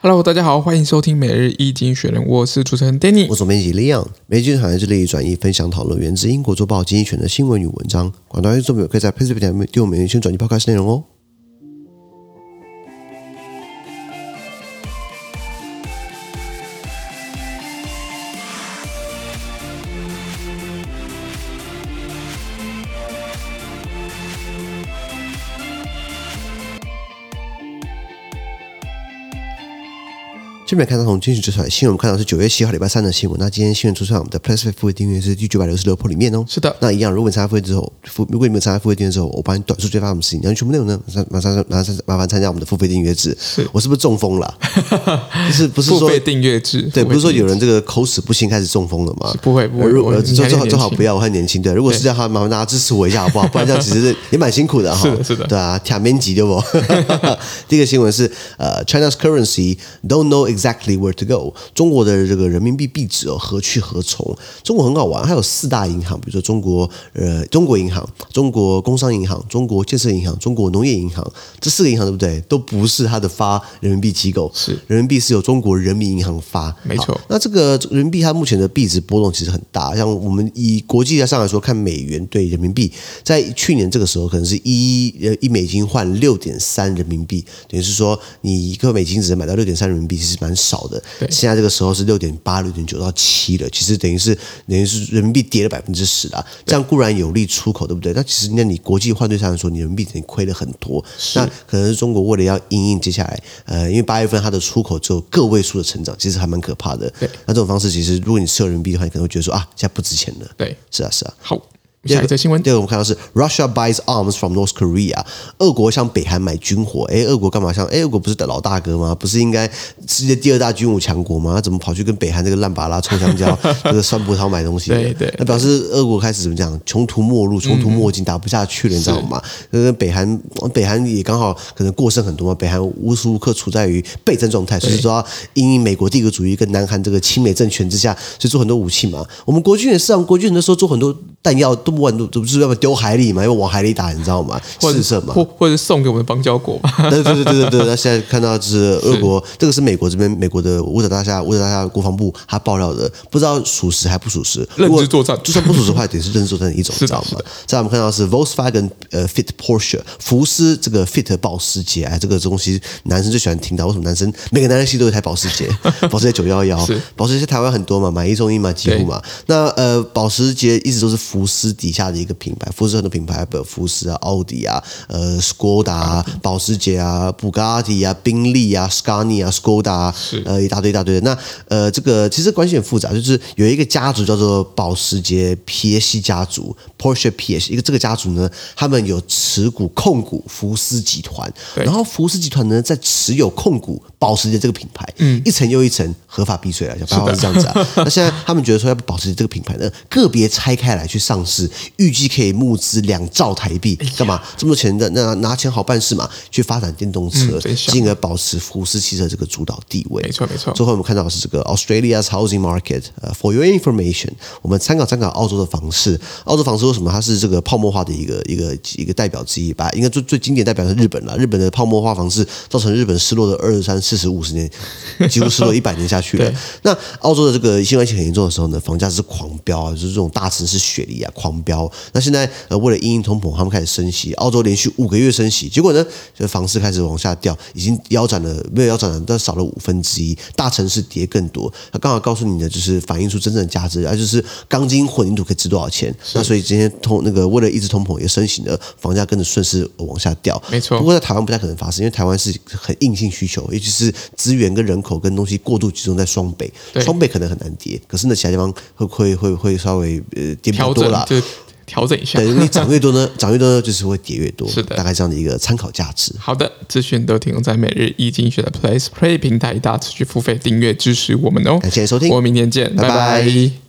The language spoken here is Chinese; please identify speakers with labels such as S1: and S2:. S1: Hello，大家好，欢迎收听每日易经选人，我是主持人 Danny
S2: 我。总编辑 Leon，每日经产业致力转译分享讨论源自英国《周报》精选的新闻与文章。广大听众朋友可以在 Facebook 平台对我们先转译 Podcast 内容哦。这边看到从精选出来的新闻，我们看到是九月七号礼拜三的新闻。那今天新闻出现在我们的 Plus 付费订阅是第九百六十六破里面哦。
S1: 是的，
S2: 那一样，如果你参加付费之后，付如果你没有参加付费订阅之后，我帮你短速追发我们事情，然后全部内容呢，马上马上马上麻烦参加我们的付费订阅制。我是不是中风了、 就是不是
S1: 付
S2: 说
S1: 费订阅制，
S2: 对，
S1: 付费
S2: 不是说
S1: 订阅
S2: 有人这个口齿不清开始中风了吗？
S1: 不会不会
S2: 如
S1: 我
S2: 呃
S1: 你
S2: 最
S1: 还
S2: 最好
S1: 年
S2: 最好
S1: 轻
S2: 不要，我还年轻。对，如果是这样的话，麻烦大家支持我一下好不好？不然这样其实也蛮辛苦的哈。
S1: 是的是的
S2: 对啊，挑面级对不？ 第一个新闻是呃，China's currency don't know exactly where to go。中国的这个人民币币值哦，何去何从？中国很好玩，它有四大银行，比如说中国呃中国银行、中国工商银行、中国建设银行、中国农业银行，这四个银行对不对？都不是它的发人民币机构，
S1: 是
S2: 人民币是由中国人民银行发，
S1: 没错
S2: 好。那这个人民币它目前的币值波动其实很大，像我们以国际上来说，看美元对人民币，在去年这个时候可能是一呃一美金换六点三人民币，等于是说你一个美金只能买到六点三人民币，其实蛮少的。现在这个时候是六点八、六点九到七了，其实等于是等于是人民币跌了百分之十啦。这样固然有利出口，对不对？那其实那你国际换对上来说，你人民币等于亏了很多。那可能是中国为了要因应接下来，呃，因为八月份它的出口只有个位数的成长，其实还蛮可怕的。
S1: 对
S2: 那这种方式其实如果你持有人民币的话，你可能会觉得说啊，现在不值钱了。
S1: 对，
S2: 是啊，是啊。
S1: 好，下一则新闻
S2: 第二个我们看到是 Russia buys arms from North Korea，俄国向北韩买军火。诶，俄国干嘛向？诶，俄国不是老大哥吗？不是应该世界第二大军武强国吗？怎么跑去跟北韩这个烂巴拉冲香 蕉、这个酸葡萄买东西？
S1: 对对
S2: 那表示俄国开始怎么讲？穷途末
S1: 嗯
S2: 路、穷途末境，打不下去了，你知道吗？那个北韩，北韩也刚好可能过剩很多嘛。北韩无时无刻处在于备战状态，所以说要因应美国帝国主义跟南韩这个亲美政权之下，所以做很多武器嘛。我们国军也是啊，国军很多时候做很多弹药，都不管都都不是要不丢海里嘛，要往海里打，你知道吗？
S1: 或者
S2: 试射嘛。
S1: 或或者是送给我们的邦交国吧。
S2: 对对对对对对，那现在看到就是俄国，这个是美国这边，美国的乌特大厦，乌特大厦国防部他爆料的，不知道属实还不属实。
S1: 认知
S2: 如果
S1: 作战
S2: 就算不属实的话，也是认知作战的一种，
S1: 的
S2: 知道吗？再来我们看到是 Volkswagen 呃 Fit Porsche 福斯这个 Fit 保时捷，哎，这个东西男生最喜欢听到，为什么男生每个男人心里都有一台保时捷？保时捷九幺幺
S1: 是，
S2: 保时捷台湾很多嘛，买一送一嘛，几乎嘛。那呃，保时捷一直都是福斯底下的一个品牌，福斯很多品牌，比如福斯啊、奥迪啊、呃、斯柯达啊、保时捷啊、布加迪啊、宾利啊、Scania 啊、斯柯达啊
S1: 是，
S2: 呃，一大堆一大堆的。那呃，这个其实关系很复杂，就是有一个家族叫做保时捷 PSC 家族 （Porsche PSC），一个这个家族呢，他们有持股控股福斯集团，
S1: 对
S2: 然后福斯集团呢在持有控股保时捷这个品牌，嗯，一层又一层合法避税啊，白话是这样子啊。 那现在他们觉得说要把保时捷这个品牌呢个别拆开来去上市，预计可以募资两兆台币，干嘛这么多钱的？那拿钱好办事嘛，去发展电动车
S1: 嗯，真香
S2: 进而保持福斯汽车这个主导地位。
S1: 没错没错
S2: 最后我们看到的是这个 Australia's housing market。呃，for your information，我们参考参考澳洲的房市。澳洲房市为什么它是这个泡沫化的一个一个一个代表之一吧？应该最最经典代表是日本了。日本的泡沫化房市造成日本失落的二十三、四十、五十年，几乎失落一百年下去 了。那澳洲的这个新冠疫情很严重的时候呢，房价是狂飙啊，就是这种大城市雪梨啊狂飙。那现在呃，为了因应通膨，他们开始升息，澳洲连续五个月升息，结果呢，这房市开始往下掉，已经腰斩了，没有腰斩了，但少了五分之一，大城市跌更多。它刚好告诉你的就是反映出真正的价值，而就是钢筋混凝土可以值多少钱。那所以今天通那个为了抑制通膨也升息呢，房价跟着顺势往下掉。
S1: 没错
S2: 不过在台湾不太可能发生，因为台湾是很硬性需求，尤其是资源跟人口跟东西过度集中在双北，
S1: 对
S2: 双北可能很难跌，可是呢，其他地方会会会会稍微呃跌比较
S1: 调
S2: 多
S1: 整
S2: 啦。
S1: 就调整一下
S2: 对，。因为你涨越多呢，涨越多呢，就是会跌越多，
S1: 是的
S2: 大概这样的一个参考价值。
S1: 好的，资讯都提供在每日易经学的 Place Play 平台，大家持续付费订阅支持我们哦。
S2: 感谢收听
S1: 我们明天见，
S2: 哎拜拜
S1: 拜